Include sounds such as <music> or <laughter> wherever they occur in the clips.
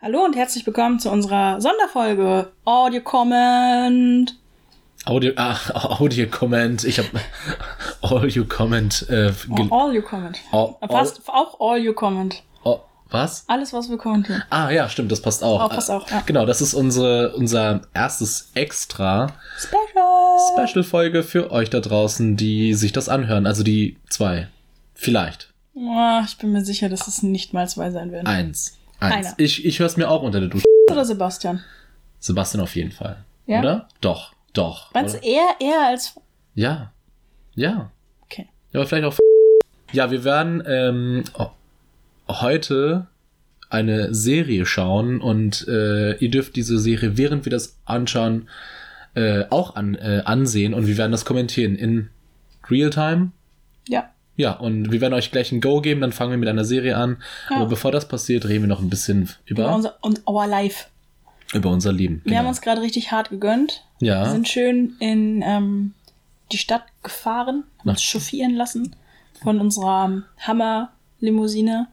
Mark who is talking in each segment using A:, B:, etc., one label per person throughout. A: Hallo und herzlich willkommen zu unserer Sonderfolge Audio Comment.
B: Audio, ah, <laughs> Audio Comment. Ich habe <laughs> Audio Comment. Äh, gel-
A: All You Comment.
B: Au- au-
A: Passt auch All You Comment.
B: au- Oh, was?
A: Alles, was wir kommentieren.
B: Ah ja, stimmt, das passt auch.
A: Oh, passt auch, ja.
B: Genau, das ist unsere, unser erstes Extra
A: Special.
B: Special Folge für euch da draußen, die sich das anhören. Also die zwei, vielleicht
A: Ah, ich bin mir sicher, dass es nicht mal zwei sein werden.
B: eins, eins.
A: Einer.
B: Ich, ich höre es mir auch unter der Dusche.
A: Oder Sebastian?
B: Sebastian auf jeden Fall.
A: Ja?
B: Oder? Doch, doch.
A: Meinst du
B: oder?
A: eher, eher als.
B: Ja, ja.
A: Okay.
B: Ja, aber vielleicht auch. Ja, wir werden ähm, ho- heute eine Serie schauen und äh, ihr dürft diese Serie, während wir das anschauen, äh, auch an, äh, ansehen und wir werden das kommentieren in Realtime.
A: Ja.
B: Ja, und wir werden euch gleich ein Go geben, dann fangen wir mit einer Serie an.
A: Ja.
B: Aber bevor das passiert, reden wir noch ein bisschen über,
A: Über unser, und Our Life.
B: über unser Leben. Genau.
A: Wir haben uns gerade richtig hart gegönnt. Wir
B: ja,
A: sind schön in ähm, die Stadt gefahren, haben
B: Nach-
A: uns chauffieren lassen von unserer Hammer-Limousine,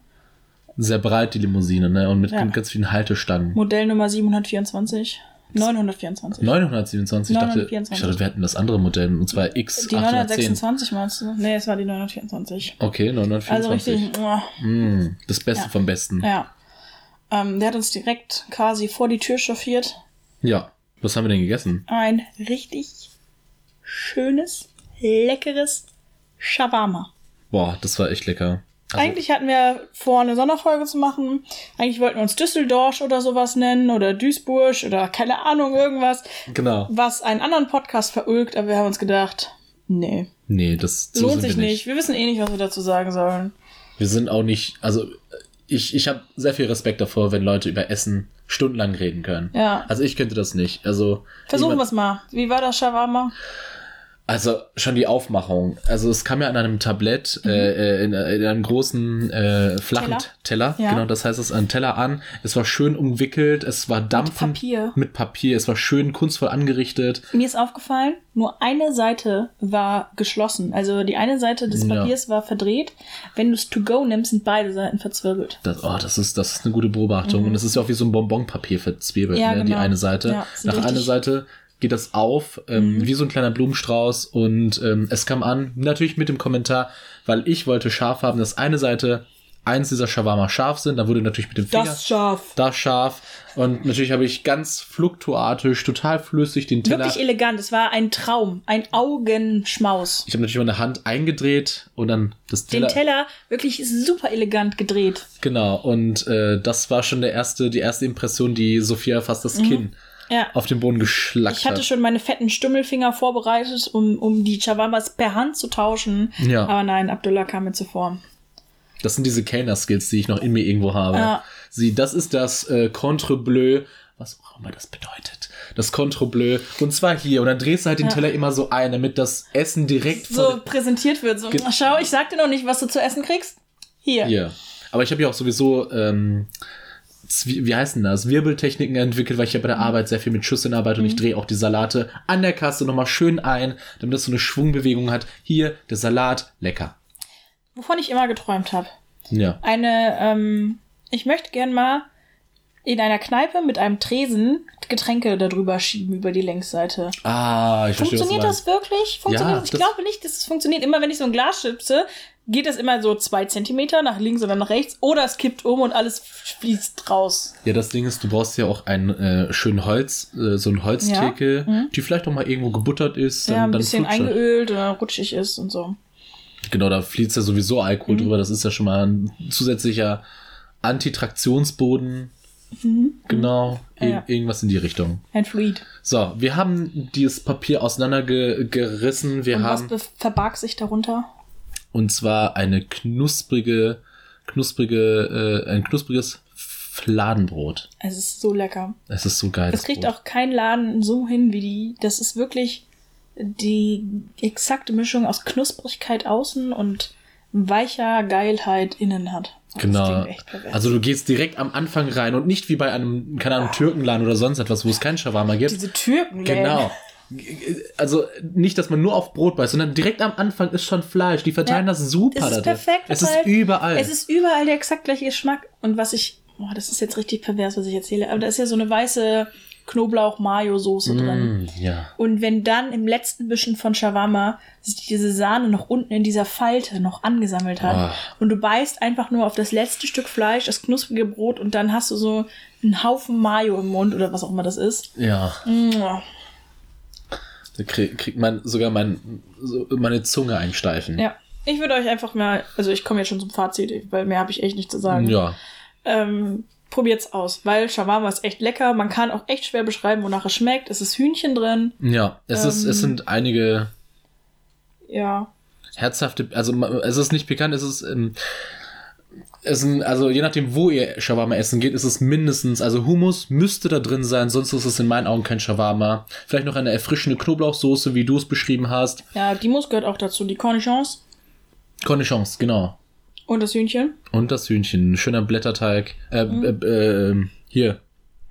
B: sehr breit die Limousine, ne? Und mit
A: Ja.
B: ganz vielen Haltestangen.
A: Modell Nummer 724. 924.
B: 927, ich dachte,
A: 924.
B: ich dachte, wir hätten das andere Modell, und zwar X.
A: Die 926 meinst du? Nee, es war die 924.
B: Okay, 924.
A: Also richtig, uah,
B: Mm, das Beste
A: Ja.
B: vom Besten. Ja.
A: ja. Ähm, der hat uns direkt quasi vor die Tür chauffiert.
B: Was haben wir denn gegessen?
A: Ein richtig schönes, leckeres Shawarma.
B: Boah, das war echt lecker. Also,
A: Eigentlich hatten wir vor, eine Sonderfolge zu machen. Eigentlich wollten wir uns Düsseldorf oder sowas nennen oder Duisburg oder keine Ahnung, irgendwas,
B: Genau.
A: was einen anderen Podcast verulgt, aber wir haben uns gedacht, nee,
B: Nee, das so
A: lohnt
B: sind
A: sich
B: wir
A: nicht. Wir wissen eh nicht, was wir dazu sagen sollen.
B: Wir sind auch nicht, also ich, ich habe sehr viel Respekt davor, wenn Leute über Essen stundenlang reden können.
A: Ja.
B: Also ich könnte das nicht. Also
A: Versuchen wir
B: jemand-
A: es mal. Wie war das Shawarma?
B: Also schon die Aufmachung. Also es kam ja an einem Tablett,
A: Mhm.
B: äh, äh, in, äh, in einem großen äh, flachen Teller.
A: Ja.
B: Genau, das heißt es ist ein Teller an. Es war schön umwickelt, es war dampfend.
A: Papier.
B: Mit Papier. Es war schön kunstvoll angerichtet.
A: Mir ist aufgefallen, nur eine Seite war geschlossen. Also die eine Seite des
B: Ja.
A: Papiers war verdreht. Wenn du es to go nimmst, sind beide Seiten verzwirbelt.
B: Das, oh, das ist, das ist eine gute Beobachtung. Und es ist ja auch wie so ein Bonbonpapier verzwiebelt,
A: Mhm. Ja,
B: ne? die
A: genau.
B: eine Seite.
A: Ja, das sind
B: Nach einer
A: richtig- Mhm.
B: Seite geht das auf, ähm, wie so ein kleiner Blumenstrauß. Und ähm, es kam an, natürlich mit dem Kommentar, weil ich wollte scharf haben, dass eine Seite eins dieser Shawarma scharf sind. Dann wurde natürlich mit dem Finger
A: Das scharf.
B: das scharf. Und natürlich habe ich ganz fluktuatisch, total flüssig den Teller.
A: Wirklich elegant. Es war ein Traum. Ein Augenschmaus.
B: ich habe natürlich meine Hand eingedreht und dann das
A: Den
B: Teller.
A: Teller wirklich super elegant gedreht.
B: Genau, und äh, das war schon der erste, die erste Impression, die Sophia fast das Kinn
A: Ja.
B: auf den Boden geschlackt
A: Mhm. Ich hatte
B: hat.
A: schon meine fetten Stummelfinger vorbereitet, um, um die Shawarmas per Hand zu tauschen.
B: Ja.
A: Aber nein, Abdullah kam mir zuvor.
B: Das sind diese Kellner-Skills, die ich noch in mir irgendwo habe.
A: Ja.
B: Sie, das ist das äh, Contrebleu, was auch immer das bedeutet. Das Contrebleu. Und zwar hier. Und dann drehst du halt den Teller immer so ein, damit das Essen direkt
A: So
B: von
A: präsentiert wird. So,
B: Ge-
A: schau, ich sag dir noch nicht, was du zu essen kriegst. Hier.
B: Ja. Aber ich habe ja auch sowieso, ähm, Zwie- wie heißen das? Wirbeltechniken entwickelt, weil ich ja bei der
A: Mhm.
B: Arbeit sehr viel mit Schüsseln arbeite und ich drehe auch die Salate an der Kasse nochmal schön ein, damit das so eine Schwungbewegung hat. Hier, der Salat, lecker.
A: Wovon ich immer geträumt habe.
B: Ja.
A: eine, ähm, ich möchte gern mal in einer Kneipe mit einem Tresen Getränke darüber schieben über die Längsseite.
B: Ah, ich verstehe
A: Funktioniert
B: was
A: das wirklich? Funktioniert
B: Ja,
A: das? Ich
B: das-
A: glaube nicht, dass es funktioniert. Immer wenn ich so ein Glas schipse, geht es immer so zwei Zentimeter nach links oder nach rechts oder es kippt um und alles fließt raus.
B: Ja, das Ding ist, du brauchst ja auch einen äh, schönen Holz, äh, so einen Holztheke, die vielleicht auch mal irgendwo gebuttert ist.
A: Mhm. ja, ein bisschen
B: flutscht das.
A: eingeölt oder rutschig ist und so.
B: Genau, da fließt ja sowieso
A: Mhm.
B: Alkohol drüber. Das ist ja schon mal ein zusätzlicher Antitraktionsboden. Genau, ir-
A: Mhm. Ja.
B: irgendwas in die Richtung.
A: Ein Fluid.
B: So, wir haben dieses Papier auseinandergerissen. Wir
A: Und was
B: haben
A: be- verbarg sich darunter?
B: und zwar eine knusprige, knusprige, äh, ein knuspriges Fladenbrot.
A: Es ist so lecker.
B: Es ist so geil.
A: Das
B: das
A: kriegt
B: Brot.
A: auch kein Laden so hin wie die. Das ist wirklich die exakte Mischung aus Knusprigkeit außen und weicher Geilheit innen hat. Oh, Das
B: Genau.
A: klingt echt pervers.
B: Also du gehst direkt am Anfang rein und nicht wie bei einem, keine Ahnung, Türkenladen oder sonst etwas, wo es kein Shawarma gibt.
A: Diese Türken.
B: Genau. Also nicht, dass man nur auf Brot beißt, sondern direkt am Anfang ist schon Fleisch. Die verteilen
A: Ja.
B: das super
A: Es
B: da
A: ist
B: drin.
A: perfekt
B: Es ist
A: verteilt.
B: überall.
A: Es ist überall der exakt gleiche Geschmack. Und was ich Oh, das ist jetzt richtig pervers, was ich erzähle. Aber da ist ja so eine weiße Knoblauch-Mayo-Soße drin.
B: Mm, ja.
A: Und wenn dann im letzten bisschen von Shawarma sich diese Sahne noch unten in dieser Falte noch angesammelt hat
B: Ah.
A: und du beißt einfach nur auf das letzte Stück Fleisch, das knusprige Brot und dann hast du so einen Haufen Mayo im Mund oder was auch immer das ist.
B: Ja.
A: Mua.
B: Da krieg, kriegt man sogar mein, so, meine Zunge einsteifen.
A: Ja, ich würde euch einfach mal, also ich komme jetzt schon zum Fazit, weil mehr habe ich echt nicht zu sagen.
B: Ja.
A: ähm, probiert's aus, weil Shawarma ist echt lecker. Man kann auch echt schwer beschreiben, wonach es schmeckt. Es ist Hühnchen drin.
B: Ja. Es, ist, es
A: Ähm.
B: sind einige
A: Ja.
B: herzhafte, also ma- es ist nicht pikant, es ist, ähm, es sind, also je nachdem, wo ihr Shawarma essen geht, ist es mindestens, also Hummus müsste da drin sein, sonst ist es in meinen Augen kein Shawarma. Vielleicht noch eine erfrischende Knoblauchsoße, wie du es beschrieben hast.
A: Ja, die Mousse gehört auch dazu. Die Cornichons
B: Keine Chance, genau.
A: und das Hühnchen.
B: Und das Hühnchen, ein schöner Blätterteig, äh, äh, äh, hier,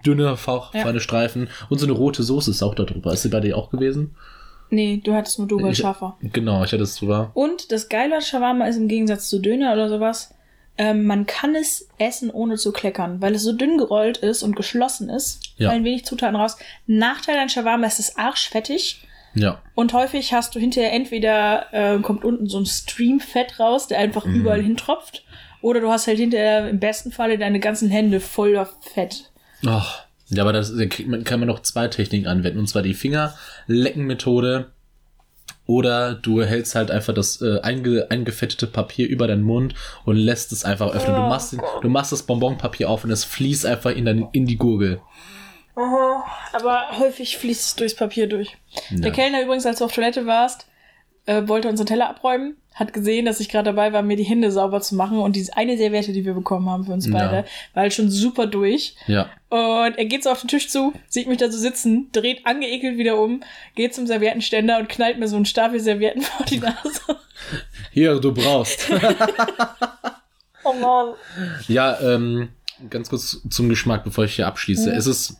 B: dünne, fauch,
A: Mhm. Ja.
B: feine Streifen und so eine rote Soße ist auch da drüber. Ist sie bei dir auch gewesen?
A: Nee, du hattest nur Dubai
B: Ich-
A: Schafer.
B: Genau, ich hatte es drüber.
A: Und das Geile an Shawarma ist im Gegensatz zu Döner oder sowas, ähm, man kann es essen, ohne zu kleckern, weil es so dünn gerollt ist und geschlossen ist.
B: Ja.
A: Fallen wenig Zutaten raus. Nachteil an Shawarma ist es ist arschfettig.
B: Ja.
A: Und häufig hast du hinterher entweder äh, kommt unten so ein Streamfett raus, der einfach
B: Mhm.
A: überall hintropft, oder du hast halt hinterher im besten Falle deine ganzen Hände voller Fett.
B: Ach, ja, aber das da kriegt man, kann man noch zwei Techniken anwenden. Und zwar die Fingerlecken-Methode. Oder du hältst halt einfach das äh, einge, eingefettete Papier über deinen Mund und lässt es einfach öffnen. Du
A: Oh
B: machst, den, du machst das Bonbonpapier auf und es fließt einfach in, dein, in die Gurgel.
A: Aber häufig fließt es durchs Papier durch.
B: Ja.
A: Der Kellner übrigens, als du auf Toilette warst, äh, wollte unseren Teller abräumen, hat gesehen, dass ich gerade dabei war, mir die Hände sauber zu machen und diese eine Serviette, die wir bekommen haben für uns
B: Ja.
A: beide, war halt schon super durch.
B: ja.
A: Und er geht so auf den Tisch zu, sieht mich da so sitzen, dreht angeekelt wieder um, geht zum Serviettenständer und knallt mir so einen Stapel Servietten <laughs> vor die Nase.
B: Hier, du brauchst.
A: Oh Mann.
B: Ja, ähm, ganz kurz zum Geschmack, bevor ich hier abschließe. Es ist.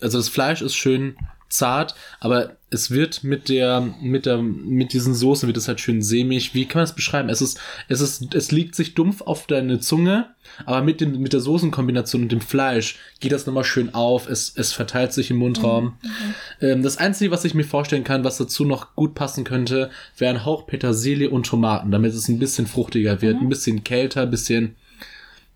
B: Also das Fleisch ist schön zart, aber es wird mit der, mit der, mit diesen Soßen wird es halt schön sämig. Wie kann man das beschreiben? Es ist, es ist, es liegt sich dumpf auf deine Zunge, aber mit dem, mit der Soßenkombination und dem Fleisch geht das nochmal schön auf. Es, es verteilt sich im Mundraum. Ähm, das Einzige, was ich mir vorstellen kann, was dazu noch gut passen könnte, wäre ein Hauch Petersilie und Tomaten, damit es ein bisschen fruchtiger wird, ein bisschen kälter, ein bisschen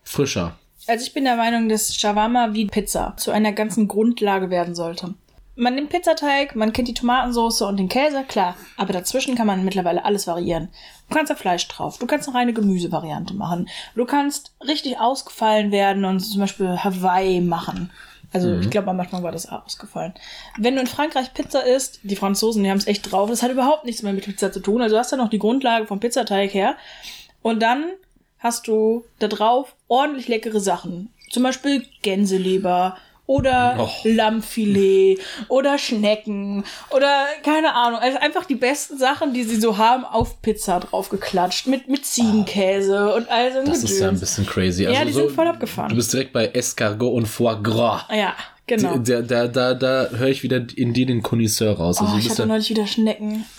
B: frischer.
A: Also ich bin der Meinung, dass Shawarma wie Pizza zu einer ganzen Grundlage werden sollte. Man nimmt Pizzateig, man kennt die Tomatensauce und den Käse, klar. Aber dazwischen kann man mittlerweile alles variieren. Du kannst da Fleisch drauf, du kannst eine reine Gemüsevariante machen. Du kannst richtig ausgefallen werden und zum Beispiel Hawaii machen. Also ich glaube, am Anfang war das ausgefallen. Wenn du in Frankreich Pizza isst, die Franzosen, die haben es echt drauf. Das hat überhaupt nichts mehr mit Pizza zu tun. Also du hast da noch die Grundlage vom Pizzateig her. Und dann hast du da drauf ordentlich leckere Sachen. Zum Beispiel Gänseleber oder
B: Och.
A: Lammfilet oder Schnecken oder keine Ahnung. Also einfach die besten Sachen, die sie so haben, auf Pizza draufgeklatscht. Mit, mit Ziegenkäse und all so ein
B: Das ist ja ein
A: Gedöns.
B: bisschen crazy. Also
A: Ja, die sind voll abgefahren.
B: Du bist direkt bei Escargot und Foie Gras.
A: Ja, genau.
B: Da, da, da, da höre ich wieder in dir den Connoisseur raus. Also
A: Oh,
B: du
A: ich
B: bist
A: hatte
B: ja-
A: neulich wieder Schnecken. <laughs>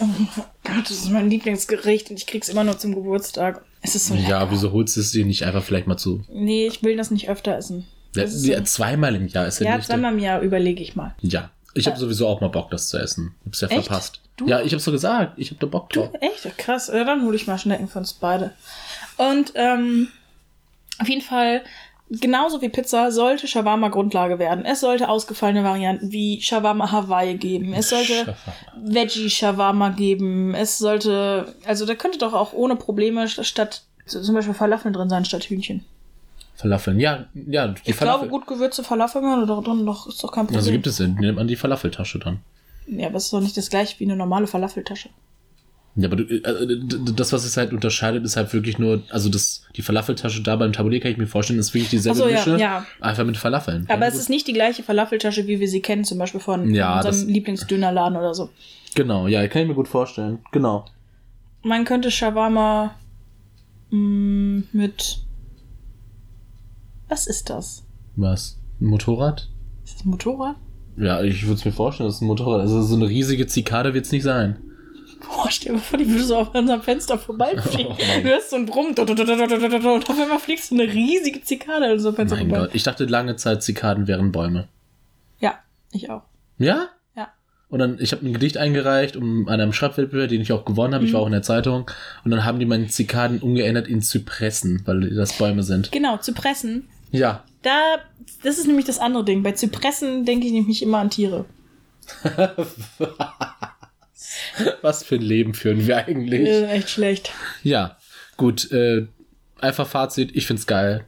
A: Oh Gott, das ist mein Lieblingsgericht und ich krieg's immer nur zum Geburtstag. Es ist so lecker.
B: ja, wieso holst du es dir nicht einfach vielleicht mal zu?
A: Nee, ich will das nicht öfter essen.
B: Ja,
A: Das ist
B: ja, zweimal im Jahr ist ja,
A: Ja,
B: nicht.
A: zweimal im Jahr überlege ich mal.
B: Ja. Ich habe sowieso auch mal Bock, das zu essen. Hab's ja
A: Echt?
B: verpasst.
A: Du?
B: Ja, ich hab's doch gesagt. Ich hab da Bock drauf.
A: Echt? Krass. Äh, Dann hole ich mal Schnecken für uns beide. Und ähm, auf jeden Fall, genauso wie Pizza, sollte Shawarma Grundlage werden. Es sollte ausgefallene Varianten wie Shawarma Hawaii geben. Es sollte
B: Shawarma.
A: Veggie-Shawarma geben. Es sollte, also da könnte doch auch ohne Probleme st- statt zum Beispiel Falafel drin sein, statt Hühnchen.
B: Falafeln. Ja, ja, die
A: Ich glaube, gut gewürzte Falafel gehören da drin, doch ist doch kein Problem.
B: Also gibt es, nimmt man die Falafeltasche dann.
A: ja, aber es ist doch nicht das gleiche wie eine normale Falafeltasche.
B: Ja, aber du, äh, d- das, was es halt unterscheidet, ist halt wirklich nur, also das, die Falafeltasche da beim Tabulier kann ich mir vorstellen, ist wirklich dieselbe
A: Ach so, ja,
B: Mische,
A: ja.
B: einfach mit Falafeln.
A: Aber
B: Ja,
A: es
B: gut.
A: ist nicht die gleiche Falafeltasche, wie wir sie kennen, zum Beispiel von
B: Also Ja, das-
A: unserem Lieblingsdönerladen oder so.
B: Genau, ja, kann ich mir gut vorstellen. Genau.
A: Man könnte Shawarma mh, mit. Was ist das?
B: Was? Ein Motorrad?
A: Ist das ein Motorrad?
B: Ja, ich würde es mir vorstellen, dass es ein Motorrad ist. Also so eine riesige Zikade wird es nicht sein.
A: Oh, stell dir mal vor, die würde so auf unserem Fenster vorbeifliegen.
B: <laughs> Oh
A: du
B: mein-
A: hörst so ein Brummen. dot, dot, dot, dot, dot, dot, Und auf einmal fliegst du eine riesige Zikade an unserem Fenster
B: Mein
A: vorbei.
B: Gott, ich dachte lange Zeit, Zikaden wären Bäume.
A: Ja, ich auch.
B: Ja?
A: Ja.
B: Und dann, ich habe ein Gedicht eingereicht um an einem Schreibwettbewerb, den ich auch gewonnen
A: Mhm.
B: habe. Ich war auch in der Zeitung. Und dann haben die meinen Zikaden umgeändert in Zypressen, weil das Bäume sind.
A: Genau, Zypressen.
B: Ja.
A: Da, das ist nämlich das andere Ding. Bei Zypressen denke ich nämlich immer an Tiere.
B: Was für ein Leben führen wir eigentlich?
A: Die sind Äh, echt schlecht.
B: Ja. Gut, äh, einfach Fazit. Ich find's geil.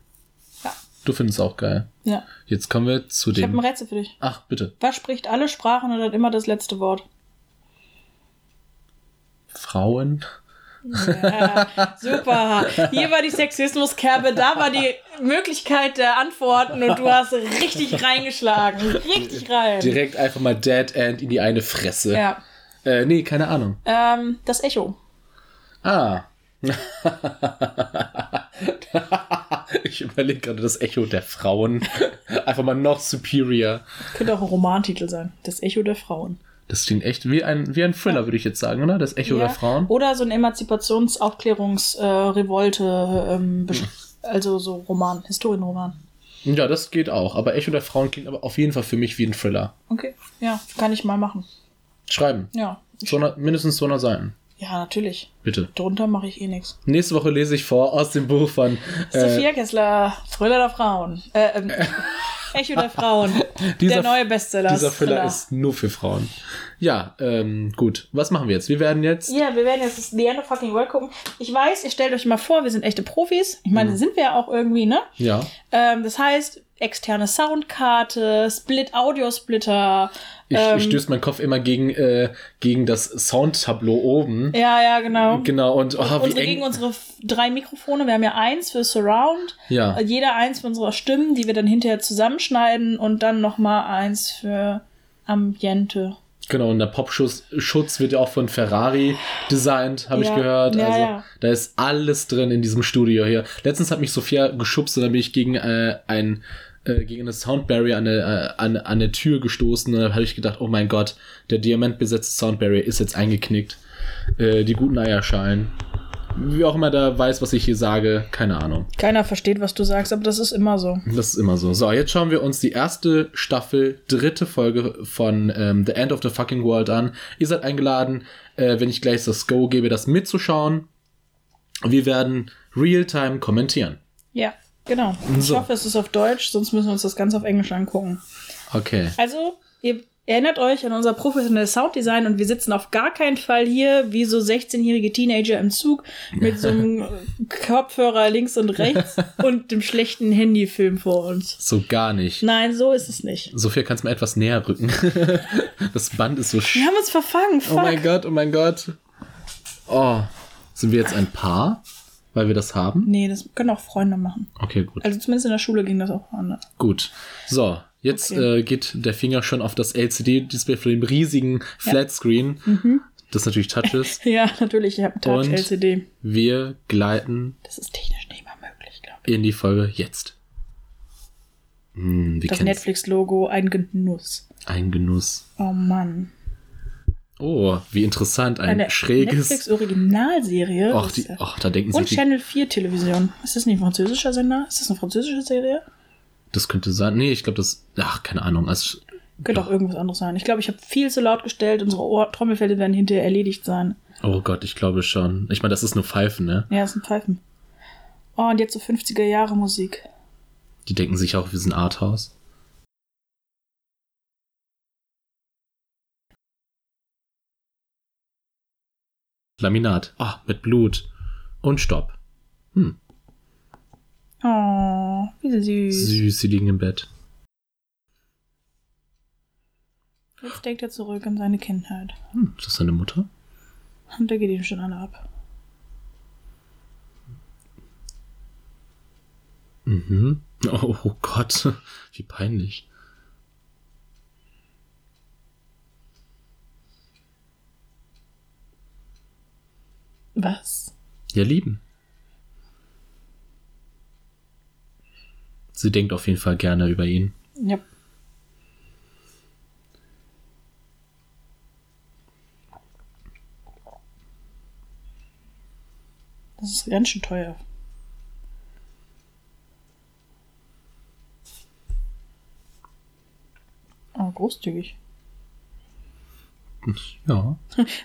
A: Ja.
B: Du findest auch geil.
A: Ja.
B: Jetzt kommen wir zu
A: Ich habe ein
B: dem.
A: Rätsel für dich.
B: Ach, bitte.
A: Was spricht alle Sprachen und hat immer das letzte Wort?
B: Frauen.
A: Ja, super. Hier war die Sexismuskerbe, da war die Möglichkeit der Antworten und du hast richtig reingeschlagen. Richtig rein.
B: Direkt einfach mal Dead End in die eine Fresse.
A: Ja.
B: Äh, nee, keine Ahnung.
A: Ähm, das Echo.
B: Ah. <laughs> ich überlege gerade das Echo der Frauen. Einfach mal noch superior.
A: Könnte auch ein Romantitel sein. Das Echo der Frauen.
B: Das klingt echt wie ein, wie ein Thriller, würde ich jetzt sagen, oder? Das Echo der Frauen.
A: Oder so ein Emanzipationsaufklärungsrevolte, äh, ähm, besch- also so Roman, Historienroman.
B: Ja, das geht auch. Aber Echo der Frauen klingt aber auf jeden Fall für mich wie ein Thriller.
A: Okay. Ja, kann ich mal machen.
B: Schreiben.
A: Ja.
B: 200, mindestens 200 Seiten.
A: Ja, natürlich.
B: Bitte.
A: Drunter mache ich eh nichts.
B: Nächste Woche lese ich vor aus dem Buch von äh,
A: Sophia Kessler, Thriller der Frauen. Äh,
B: <laughs>
A: ähm, Echo der Frauen.
B: Dieser-
A: der neue Genau. Bestseller.
B: Dieser Thriller ist nur für Frauen. Ja, ähm, gut. Was machen wir jetzt? Wir werden jetzt.
A: Ja, wir werden jetzt das The End of Fucking World gucken. Ich weiß, ihr stellt euch mal vor, wir sind echte Profis. Ich
B: Mhm.
A: meine, sind wir ja auch irgendwie, ne?
B: Ja.
A: Ähm, das heißt, externe Soundkarte, Split Audio-Splitter.
B: Ich,
A: ähm,
B: ich stöße meinen Kopf immer gegen, äh, gegen das Soundtableau oben.
A: ja, ja, genau.
B: Genau, und oh, wie
A: unsere, gegen
B: eng.
A: unsere f- drei Mikrofone. Wir haben ja eins für Surround,
B: Ja.
A: äh, jeder eins für unsere Stimmen, die wir dann hinterher zusammenschneiden und dann nochmal eins für Ambiente.
B: Genau, und der Popschutz Schutz wird ja auch von Ferrari designt, habe
A: Ja,
B: ich gehört.
A: ja,
B: also
A: ja.
B: da ist alles drin in diesem Studio hier. Letztens hat mich Sophia geschubst und dann bin ich gegen äh, ein äh, gegen eine Soundbarrier an eine, äh, an, an eine Tür gestoßen und dann habe ich gedacht, oh mein Gott, der diamantbesetzte Soundbarrier ist jetzt eingeknickt. Äh, die guten Eierschalen. Wie auch immer da weiß, was ich hier sage, keine Ahnung.
A: Keiner versteht, was du sagst, aber das ist immer so.
B: Das ist immer so. So, jetzt schauen wir uns die erste Staffel, dritte Folge von ähm, The End of the Fucking World an. Ihr seid eingeladen, äh, wenn ich gleich das Go gebe, das mitzuschauen. Wir werden real-time kommentieren.
A: Ja, genau. Ich
B: So.
A: hoffe, es ist auf Deutsch, sonst müssen wir uns das Ganze auf Englisch angucken.
B: Okay.
A: Also, ihr erinnert euch an unser professionelles Sounddesign und wir sitzen auf gar keinen Fall hier wie so 16-jährige Teenager im Zug mit so einem
B: <laughs>
A: Kopfhörer links und rechts und dem schlechten Handyfilm vor uns.
B: So gar nicht.
A: Nein, so ist es nicht.
B: Sophia, kannst du mir etwas näher rücken? <laughs> das Band ist so sch
A: Wir haben uns verfangen,
B: Oh
A: fuck.
B: mein Gott, oh mein Gott. Oh. Sind wir jetzt ein Paar? Weil wir das haben?
A: Nee, das können auch Freunde machen.
B: Okay, gut.
A: Also zumindest in der Schule ging das auch anders.
B: Gut. So, jetzt
A: Okay.
B: äh, geht der Finger schon auf das LCD-Display von dem riesigen Flatscreen,
A: Mhm.
B: das natürlich Touch ist.
A: Ja, natürlich, ich habe
B: Und?
A: Touch-LCD.
B: Wir gleiten
A: Das ist technisch nicht mehr möglich, glaube ich.
B: in die Folge jetzt. Hm, wir
A: Das
B: kennen
A: Netflix-Logo, ein Genuss.
B: ein Genuss.
A: Oh Mann.
B: Oh, wie interessant. Ein
A: Eine
B: schräges.
A: Netflix-Originalserie.
B: Och,
A: Das
B: die,
A: ist ja-
B: och, da denken
A: Und
B: sie, die,
A: Channel 4 Television. Ist das nicht ein französischer Sender? Ist das eine französische Serie?
B: das könnte sein. Nee, ich glaube, das. Ach, keine Ahnung. Also,
A: Könnte auch irgendwas anderes sein. Ich glaube, ich habe viel zu laut gestellt. Unsere Ohr Trommelfälle werden hinterher erledigt sein.
B: oh Gott, ich glaube schon. Ich meine, das ist nur Pfeifen, ne?
A: Ja, das sind Pfeifen. Oh, und jetzt so 50er Jahre Musik.
B: Die denken sich auch, wir sind Arthouse. Laminat. Ah, mit Blut. Und Stopp. Hm.
A: Oh, wie süß.
B: Süß, sie liegen im Bett.
A: Jetzt denkt er zurück an seine Kindheit.
B: Hm, ist das seine Mutter?
A: Und da geht ihm schon einer ab.
B: Mhm. Oh, oh Gott, <laughs> wie peinlich.
A: Was?
B: Ja, lieben. Sie denkt auf jeden Fall gerne über ihn.
A: Ja. Das ist ganz schön teuer. Ah, großzügig.
B: Ja.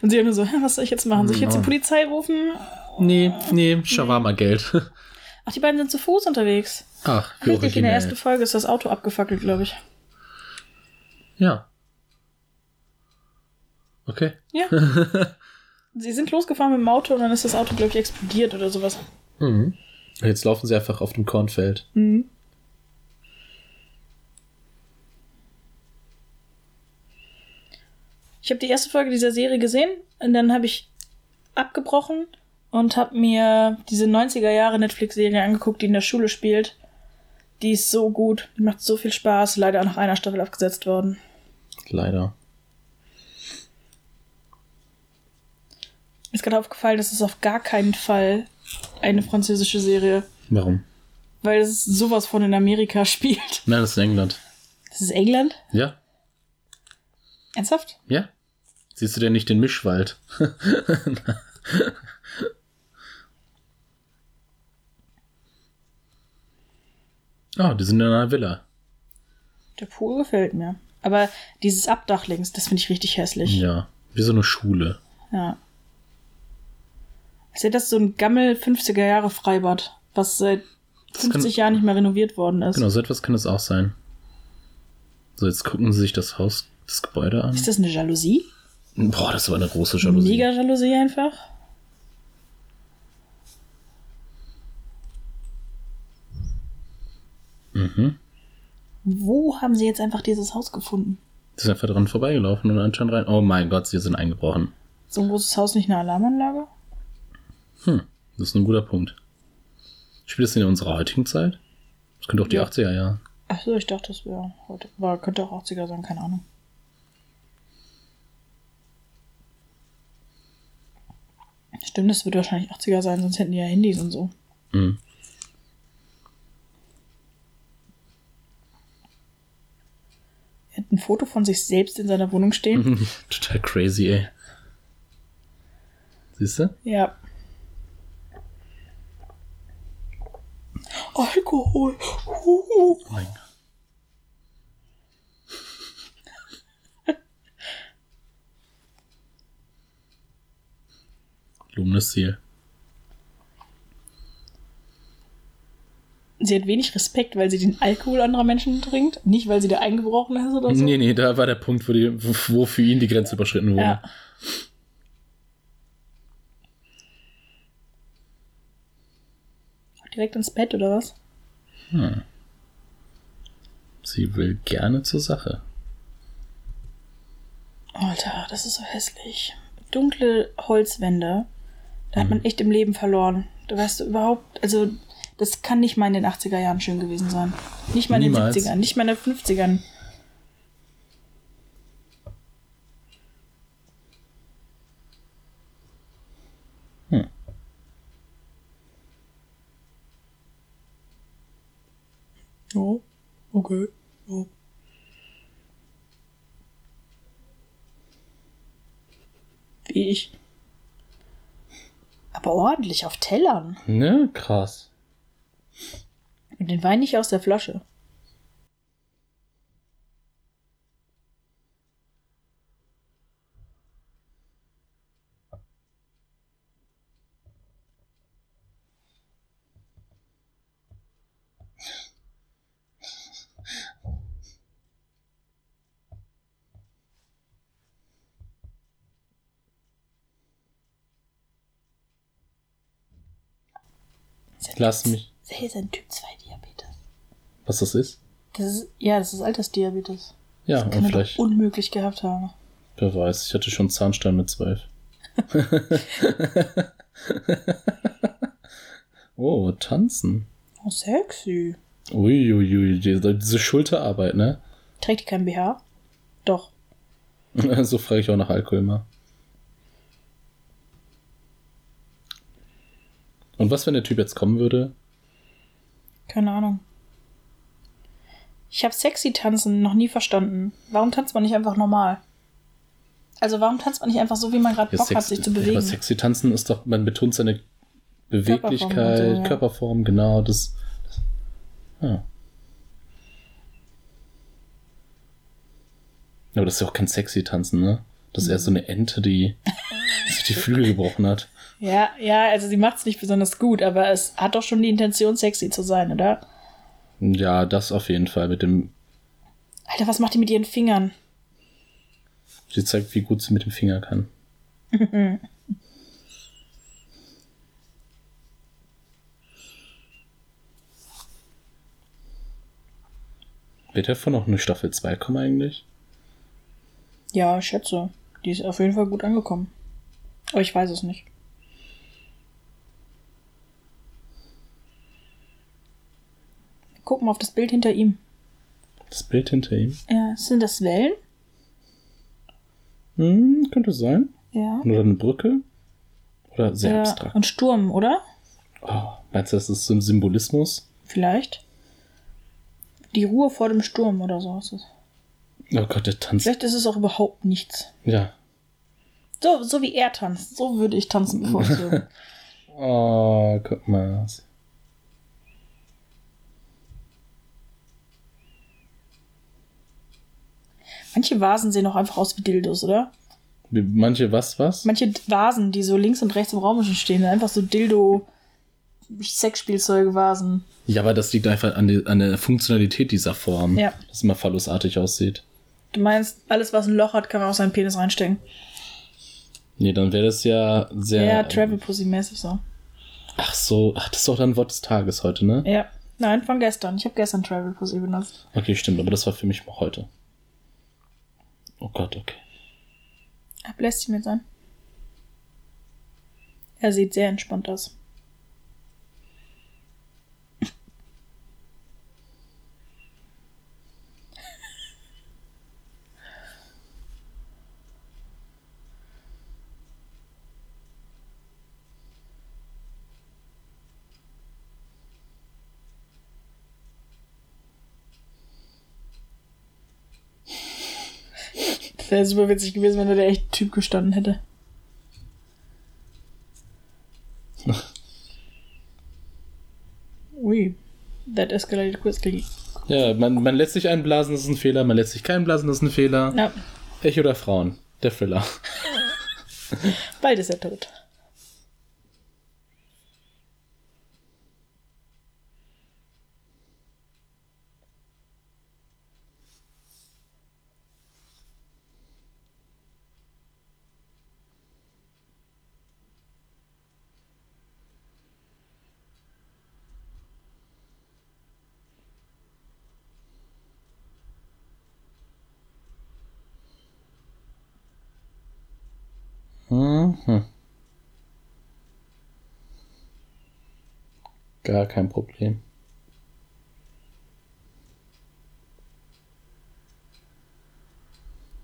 A: Und sie haben nur so, was soll ich jetzt machen? Soll ich jetzt die
B: Ja.
A: Polizei rufen?
B: Nee, nee, Shawarma-Geld. <laughs>
A: Ach, die beiden sind zu Fuß unterwegs.
B: Ach, wie
A: Richtig, in der ersten
B: originell.
A: Folge ist das Auto abgefackelt, glaube ich.
B: Ja. Okay.
A: Ja. sie sind losgefahren mit dem Auto und dann ist das Auto, glaube ich, explodiert oder sowas.
B: Mhm. Jetzt laufen sie einfach auf dem Kornfeld.
A: Mhm. Ich habe die erste Folge dieser Serie gesehen und dann habe ich abgebrochen und habe mir diese 90er Jahre Netflix-Serie angeguckt, die in der Schule spielt. Die ist so gut, die macht so viel Spaß, leider auch nach einer Staffel abgesetzt worden.
B: Leider.
A: Mir ist gerade aufgefallen, das ist auf gar keinen Fall eine französische Serie,
B: Warum?
A: weil es sowas von in Amerika <laughs> spielt.
B: Nein, das ist in England.
A: Das ist England?
B: Ja,
A: Ernsthaft?
B: ja. Siehst du denn nicht den Mischwald? <laughs> Ah, die sind in einer Villa.
A: Der Pool gefällt mir. Aber dieses Abdach links, das finde ich richtig hässlich. Ja.
B: Ja, wie so eine Schule.
A: Als hätte das so ein Gammel 50er Jahre Freibad, was seit
B: kann-
A: 50 Jahren nicht mehr renoviert worden ist.
B: Genau, so etwas kann es auch sein. So, jetzt gucken sie sich das Haus, das Gebäude an.
A: Ist das eine Jalousie?
B: Boah, das war eine große Jalousie.
A: Mega Jalousie einfach.
B: Mhm.
A: Wo haben sie jetzt einfach dieses Haus gefunden?
B: Die sind einfach dran vorbeigelaufen und anscheinend rein. Oh mein Gott, sie sind eingebrochen.
A: So ein großes Haus, nicht eine Alarmanlage?
B: Hm, das ist ein guter Punkt. Spielt das denn in unserer heutigen Zeit? Das könnte auch die
A: Ja.
B: 80er Jahre.
A: Achso, ich dachte, das wäre heute. War, könnte auch 80er sein, keine Ahnung. Stimmt, das wird wahrscheinlich 80er sein, sonst hätten die ja Handys und so.
B: Mhm.
A: Er hat ein Foto von sich selbst in seiner Wohnung
B: Mhm.
A: stehen.
B: <laughs> Total crazy, ey. Siehst du?
A: Ja. Alkohol. Huhu.
B: Oh mein <laughs> Gott. Lumenes Ziel.
A: Sie hat wenig Respekt, weil sie den Alkohol anderer Menschen trinkt. Nicht, weil sie da eingebrochen ist oder so.
B: Nee, nee, da war der Punkt, wo, die, wo für ihn die Grenze überschritten wurde.
A: Ja. Direkt ins Bett oder was?
B: Sie will gerne zur Sache.
A: Alter, das ist so hässlich. Dunkle Holzwände. Da hat
B: Mhm.
A: man echt im Leben verloren. Da weißt du überhaupt, also das kann nicht mal in den 80er Jahren schön gewesen sein. Nicht mal in den
B: Niemals.
A: 70ern, nicht mal in den 50ern.
B: Hm.
A: Ja, okay. Ja. Wie ich. Aber ordentlich auf Tellern.
B: Ne? Krass.
A: Und den Wein nicht aus der Flasche.
B: Lass mich.
A: Hey, ist ein Typ 2 Diabetes.
B: Was das ist?
A: Das ist, ja, das ist Altersdiabetes.
B: Ja,
A: Kann
B: und
A: man
B: vielleicht.
A: doch unmöglich gehabt haben.
B: Wer weiß, ich hatte schon Zahnstein
A: <laughs>
B: mit zwölf. oh, tanzen.
A: Oh, sexy.
B: Uiuiui, diese, diese Schulterarbeit, ne? <laughs>
A: Trägt die kein BH? Doch.
B: so frage ich auch nach Alkohol immer. Und was, wenn der Typ jetzt kommen würde?
A: Keine Ahnung. Ich habe sexy tanzen noch nie verstanden. Warum tanzt man nicht einfach normal? Also warum tanzt man nicht einfach so, wie man gerade
B: Ja,
A: Bock hat,
B: Sex-
A: sich zu
B: Ja, aber
A: bewegen?
B: sexy tanzen ist doch, man betont seine
A: Körperform
B: Beweglichkeit, Körperform,
A: und so, ja.
B: genau, das. das ja. Aber das ist ja auch kein sexy Tanzen, ne? Das ist eher so eine Ente, die sich die Flügel gebrochen hat.
A: Ja, ja, also sie macht es nicht besonders gut, aber es hat doch schon die Intention, sexy zu sein, oder?
B: Ja, das auf jeden Fall. Mit dem.
A: Alter, was macht die mit ihren Fingern?
B: Sie zeigt, wie gut sie mit dem Finger kann. <laughs> Wird davon noch eine Staffel 2 kommen eigentlich?
A: Ja, ich schätze. Die ist auf jeden Fall gut angekommen. Aber ich weiß es nicht. Guck mal auf das Bild hinter ihm.
B: Das Bild hinter ihm?
A: Ja, sind das Wellen?
B: Hm, könnte sein.
A: Ja.
B: Oder eine Brücke? Oder sehr abstrakt.
A: Und Äh, Sturm, oder?
B: Oh, meinst du, das ist so ein Symbolismus?
A: Vielleicht. Die Ruhe vor dem Sturm oder so ist es.
B: Oh Gott, der tanzt.
A: Vielleicht ist es auch überhaupt nichts.
B: Ja.
A: So, so wie er tanzt. So würde ich tanzen
B: <laughs>
A: bevorzugen.
B: Oh, guck mal.
A: Manche Vasen sehen auch einfach aus wie Dildos, oder?
B: Wie- Manche was, was?
A: Manche D- Vasen, die so links und rechts im Raum schon stehen, sind einfach so Dildo-Sexspielzeuge-Vasen.
B: Ja, aber das liegt einfach an, die, an der Funktionalität dieser Form.
A: Ja.
B: Dass es immer phallusartig aussieht.
A: Du meinst, alles, was ein Loch hat, kann man auch seinen Penis reinstecken.
B: Nee, dann wäre das ja sehr.
A: Ja, Travel Pussy-mäßig so.
B: Ach so, ach, das ist doch dann Wort des Tages heute, ne?
A: Ja. Nein, von gestern. Ich habe gestern Travel Pussy benutzt.
B: Okay, stimmt, aber das war für mich heute. Oh Gott, okay.
A: Ach, Bläst ihn jetzt an. Er sieht sehr entspannt aus. Das wäre super witzig gewesen, wenn da der echte Typ gestanden hätte. Ui, that escalated quickly.
B: Ja, man, man lässt sich einblasen, das ist ein Fehler. Man lässt sich keinen blasen, das ist ein Fehler.
A: Ja,
B: Ich oder Frauen? Der Thriller. <laughs>
A: bald ist er tot.
B: Mhm. Gar kein Problem.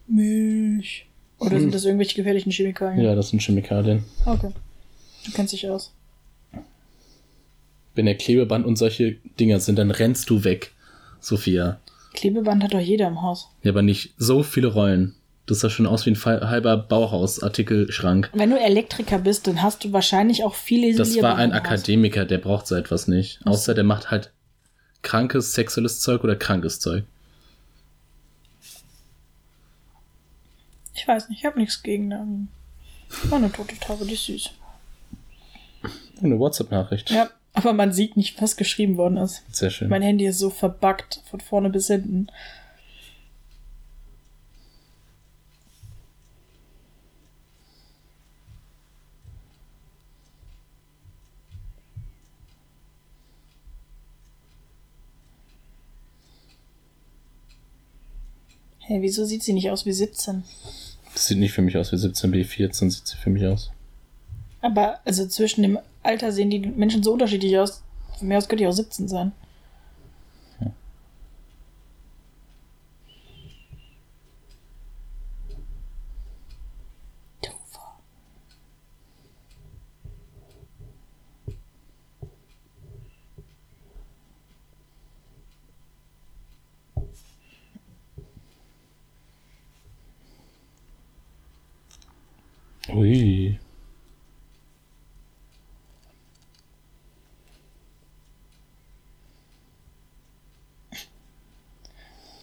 A: Milch. Oder sind das irgendwelche gefährlichen Chemikalien?
B: Hm. Ja, das sind Chemikalien.
A: Okay. Du kennst dich aus.
B: Wenn der Klebeband und solche Dinger sind, dann rennst du weg, Sophia.
A: Klebeband hat doch jeder im Haus.
B: Ja, aber nicht so viele Rollen. Das sah schon aus wie ein fa- halber Bauhaus-Artikelschrank.
A: Wenn du Elektriker bist, dann hast du wahrscheinlich auch viele
B: Das war ein
A: im Haus.
B: Akademiker, der braucht so etwas nicht. Außer der macht halt krankes sexuelles Zeug oder krankes Zeug.
A: Ich weiß nicht, ich habe nichts gegen. Ähm, war eine tote Taube, die ist süß.
B: Eine WhatsApp-Nachricht.
A: Ja, aber man sieht nicht, was geschrieben worden ist.
B: Sehr schön.
A: Mein Handy ist so verbuggt, von vorne bis hinten. Hey, wieso sieht sie nicht aus wie 17?
B: Das sieht nicht für mich aus wie 17 B14, sieht sie für mich aus.
A: Aber also zwischen dem Alter sehen die Menschen so unterschiedlich aus. Von mir aus könnte ich auch 17 sein. Doofer.
B: Ui.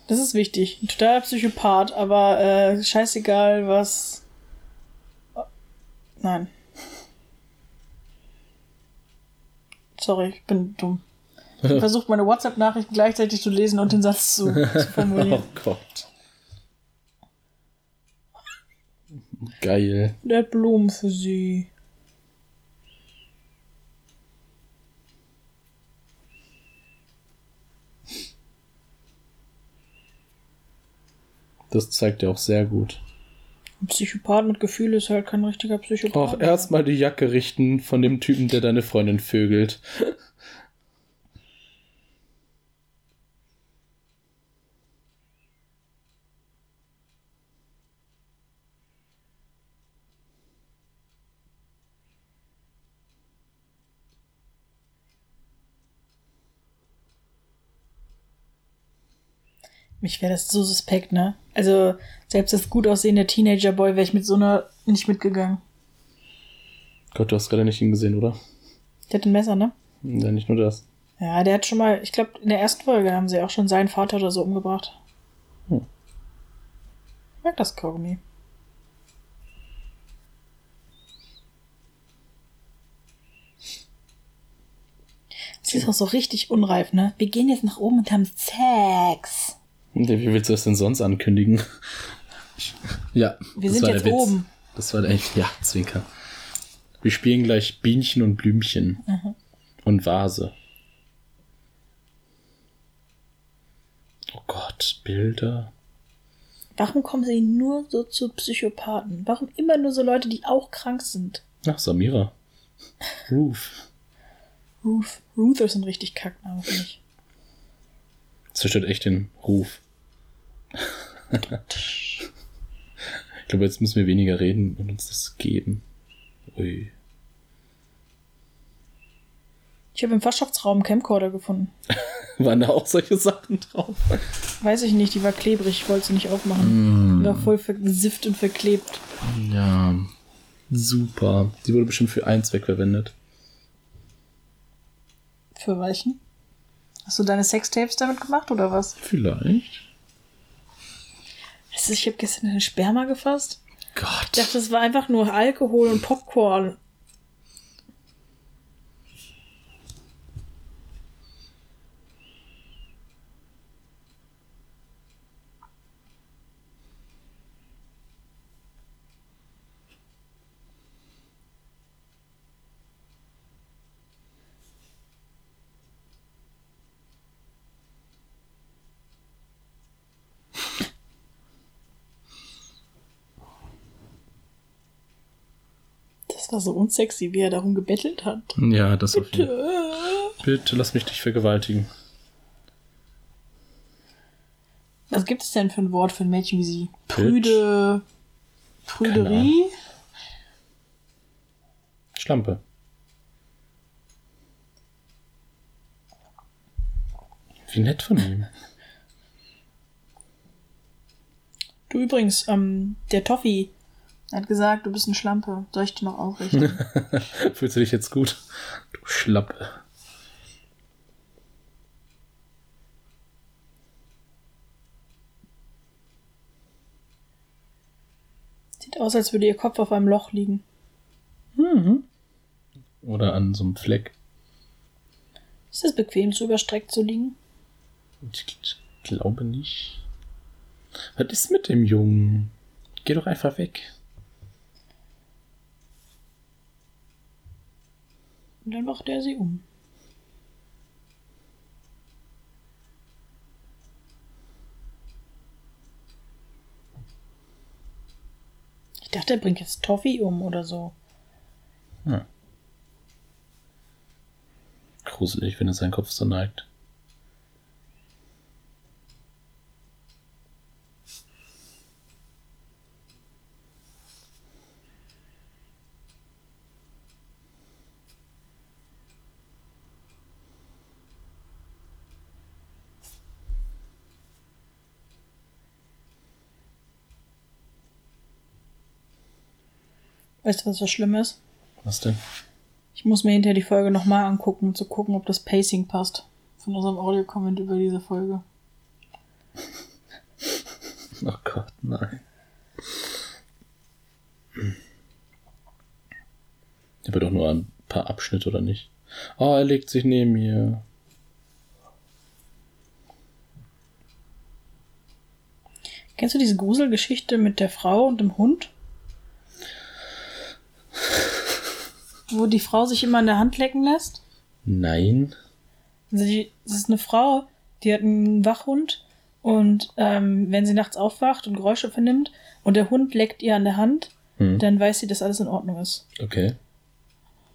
A: Das ist wichtig. Ein totaler Psychopath, aber äh, scheißegal, was. Nein. Sorry, ich bin dumm. Ich hab versucht, meine WhatsApp-Nachrichten gleichzeitig zu lesen und den Satz zu, zu
B: <laughs> Oh
A: formulieren.
B: Gott. Geil.
A: Der hat Blumen für sie.
B: Das zeigt er auch sehr gut.
A: Ein Psychopath mit Gefühl ist halt kein richtiger Psychopath.
B: Auch erstmal die Jacke richten von dem Typen, der deine Freundin vögelt.
A: Mich wäre das so suspekt, ne? Also, selbst das gut aussehende Teenager-Boy wäre ich mit so einer nicht mitgegangen.
B: Gott, du hast gerade nicht hingesehen, oder?
A: Der hat ein Messer, ne?
B: Ja, nicht nur das.
A: Ja, der hat schon mal, ich glaube, in der ersten Folge haben sie auch schon seinen Vater oder so umgebracht.
B: Hm.
A: Ich mag das Kaugummi. Das ist auch so richtig unreif, ne? Wir gehen jetzt nach oben und haben Sex.
B: Wie willst du das denn sonst ankündigen? Ja,
A: Wir sind jetzt oben.
B: Das war der echt, ja, Zwinker. Wir spielen gleich Bienchen und Blümchen.
A: Mhm.
B: Und Vase. Oh Gott, Bilder.
A: Warum kommen sie nur so zu Psychopathen? Warum immer nur so Leute, die auch krank sind?
B: Ach, Samira. Roof.
A: Ruth, Ruth ist ein richtig Kackname, finde ich.
B: Zerstört echt den Ruf. ich glaube, jetzt müssen wir weniger reden und uns das geben. Ui.
A: Ich habe im Fachschaftsraum einen Camcorder gefunden.
B: Waren da auch solche Sachen drauf?
A: Weiß ich nicht, die war klebrig, ich wollte sie nicht
B: Mm.
A: aufmachen. Die war voll versifft und verklebt.
B: Ja. Super. Die wurde bestimmt für einen Zweck verwendet.
A: Für welchen? Hast du deine Sextapes damit gemacht oder was?
B: Vielleicht.
A: Also ich habe gestern eine Sperma gefasst. Ich
B: Gott.
A: dachte, es war einfach nur Alkohol und Popcorn. Das war so unsexy, wie er darum gebettelt hat.
B: Ja, das auf jeden Fall.
A: Äh.
B: Bitte lass mich dich vergewaltigen.
A: Was gibt es denn für ein Wort für ein Mädchen wie sie?
B: Bitch.
A: Prüde.
B: Keine
A: Prüderie?
B: Ahnung. Schlampe. Wie nett von ihm. <laughs>
A: Du übrigens, ähm, der Toffee hat gesagt, du bist eine Schlampe. Soll ich dir
B: <laughs>
A: noch aufrichten?
B: Fühlst du dich jetzt gut? Du Schlappe.
A: Sieht aus, als würde ihr Kopf auf einem Loch liegen.
B: Oder an so einem Fleck.
A: Ist es bequem, so überstreckt zu liegen?
B: Ich glaube nicht. Was ist mit dem Jungen? Geh doch einfach weg.
A: Und dann macht er sie um. Ich dachte, er bringt jetzt Toffee um oder so.
B: Gruselig, wenn er seinen Kopf so neigt.
A: Weißt du, was so schlimm ist?
B: Was denn?
A: Ich muss mir hinterher die Folge nochmal angucken, um zu gucken, ob das Pacing passt. Von unserem Audio-Comment über diese Folge.
B: Oh Gott, nein. Aber doch nur ein paar Abschnitte, oder nicht? Oh, er legt sich neben mir.
A: Kennst du diese Gruselgeschichte mit der Frau und dem Hund? Wo die Frau sich immer an der Hand lecken lässt?
B: Nein.
A: Also die, das ist eine Frau, die hat einen Wachhund und ähm, wenn sie nachts aufwacht und Geräusche vernimmt und der Hund leckt ihr an der Hand,
B: Hm.
A: dann weiß sie, dass alles in Ordnung ist.
B: Okay.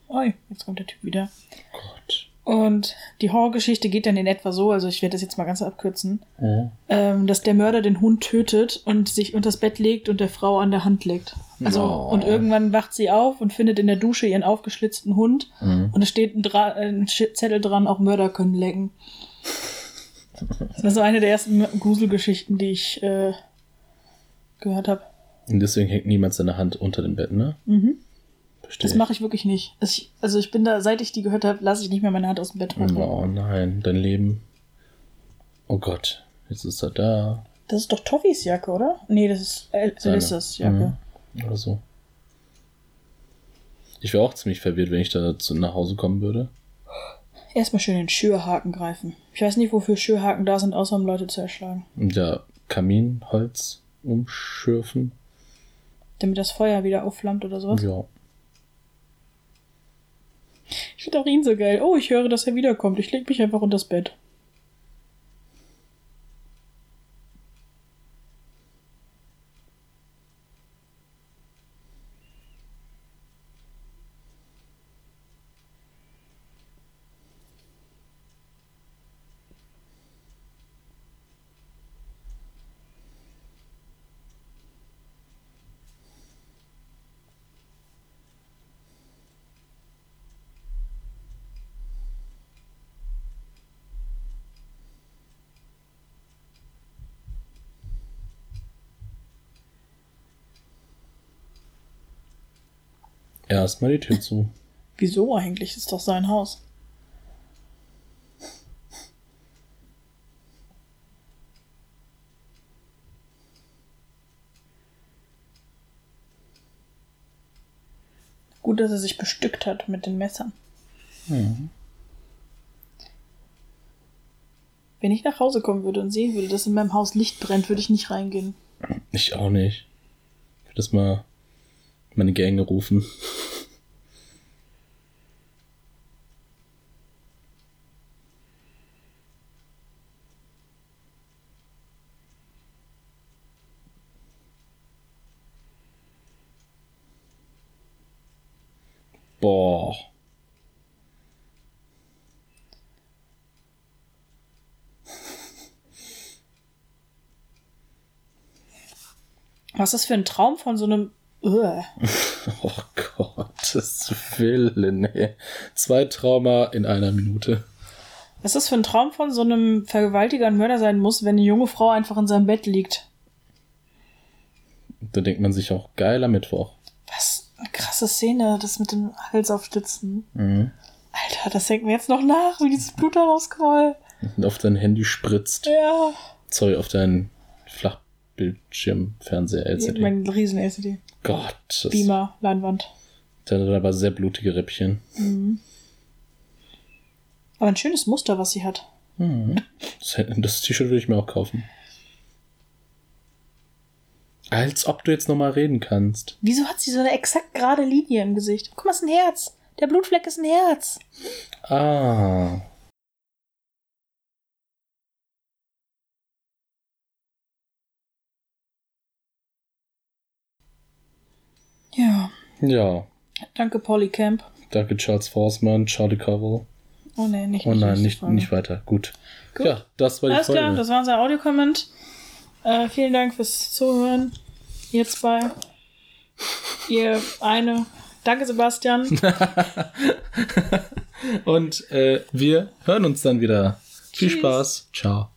A: Oi, jetzt kommt der Typ wieder.
B: Oh Gott.
A: Und die Horrorgeschichte geht dann in etwa so, also ich werde das jetzt mal ganz abkürzen,
B: Oh.
A: ähm, dass der Mörder den Hund tötet und sich unters Bett legt und der Frau an der Hand legt. Also,
B: Oh.
A: und irgendwann wacht sie auf und findet in der Dusche ihren aufgeschlitzten Hund
B: Mhm.
A: und es steht ein, Dra äh, ein Sch- Zettel dran, auch Mörder können lecken. Das war so eine der ersten Gruselgeschichten, die ich äh, gehört habe.
B: Und deswegen hängt niemand seine Hand unter dem Bett, ne?
A: Mhm.
B: Verstehe.
A: Das mache ich wirklich nicht. Also ich, also ich bin da, seit ich die gehört habe, lasse ich nicht mehr meine Hand aus dem Bett hoch.
B: Oh nein, dein Leben. Oh Gott, jetzt ist er da.
A: Das ist doch Toffys Jacke, oder? Nee, das ist El Elissas Jacke.
B: Mhm. Oder so. Ich wäre auch ziemlich verwirrt, wenn ich da zu, nach Hause kommen würde.
A: Erstmal schön den Schürhaken greifen. Ich weiß nicht, wofür Schürhaken da sind, außer um Leute zu erschlagen.
B: Und da Kaminholz umschürfen.
A: Damit das Feuer wieder aufflammt oder sowas.
B: Ja.
A: Ich finde auch ihn so geil. Oh, ich höre, dass er wiederkommt. Ich leg mich einfach unters Bett.
B: Erstmal die Tür zu.
A: Wieso eigentlich? Ist doch sein Haus. Gut, dass er sich bestückt hat mit den Messern. Wenn ich nach Hause kommen würde und sehen würde, dass in meinem Haus Licht brennt, würde ich nicht reingehen.
B: Ich auch nicht. Ich würde das mal meine Gang rufen. Boah.
A: Was ist das für ein Traum von so einem... Uah.
B: Oh Gottes Willen, ey. Zwei Trauma in einer Minute.
A: Was das für ein Traum von so einem Vergewaltiger und Mörder sein muss, wenn eine junge Frau einfach in seinem Bett liegt.
B: Da denkt man sich auch, geiler Mittwoch.
A: Was eine krasse Szene, das mit dem Hals aufstützen.
B: Mhm.
A: Alter, das hängt mir jetzt noch nach, wie dieses Blut da rausquoll.
B: Und auf dein Handy spritzt.
A: Ja.
B: Sorry, auf deinen Flachbildschirmfernseher E. LCD.
A: Mein riesen LCD.
B: Gott, das
A: Beamer, Leinwand.
B: der hat aber sehr blutige Rippchen.
A: Mhm. Aber ein schönes Muster, was sie hat.
B: Das, <laughs> das T-Shirt würde ich mir auch kaufen. Als ob du jetzt nochmal reden kannst.
A: Wieso hat sie so eine exakt gerade Linie im Gesicht? Guck mal, ist ein Herz. Der Blutfleck ist ein Herz.
B: Ah.
A: Ja.
B: Ja.
A: Danke, Polycamp.
B: Danke, Charles Forsman, Charlie Cowell.
A: Oh nee, nicht
B: Oh
A: die
B: nein,
A: nächste
B: nicht,
A: Frage.
B: nicht weiter. Gut.
A: Gut.
B: Ja, das war die
A: Alles
B: Folge.
A: klar, das war unser Audiokomment. Äh, vielen Dank fürs Zuhören. Ihr zwei. Ihr eine. Danke, Sebastian.
B: Und äh, wir hören uns dann wieder. Viel
A: Tschüss.
B: Spaß. Ciao.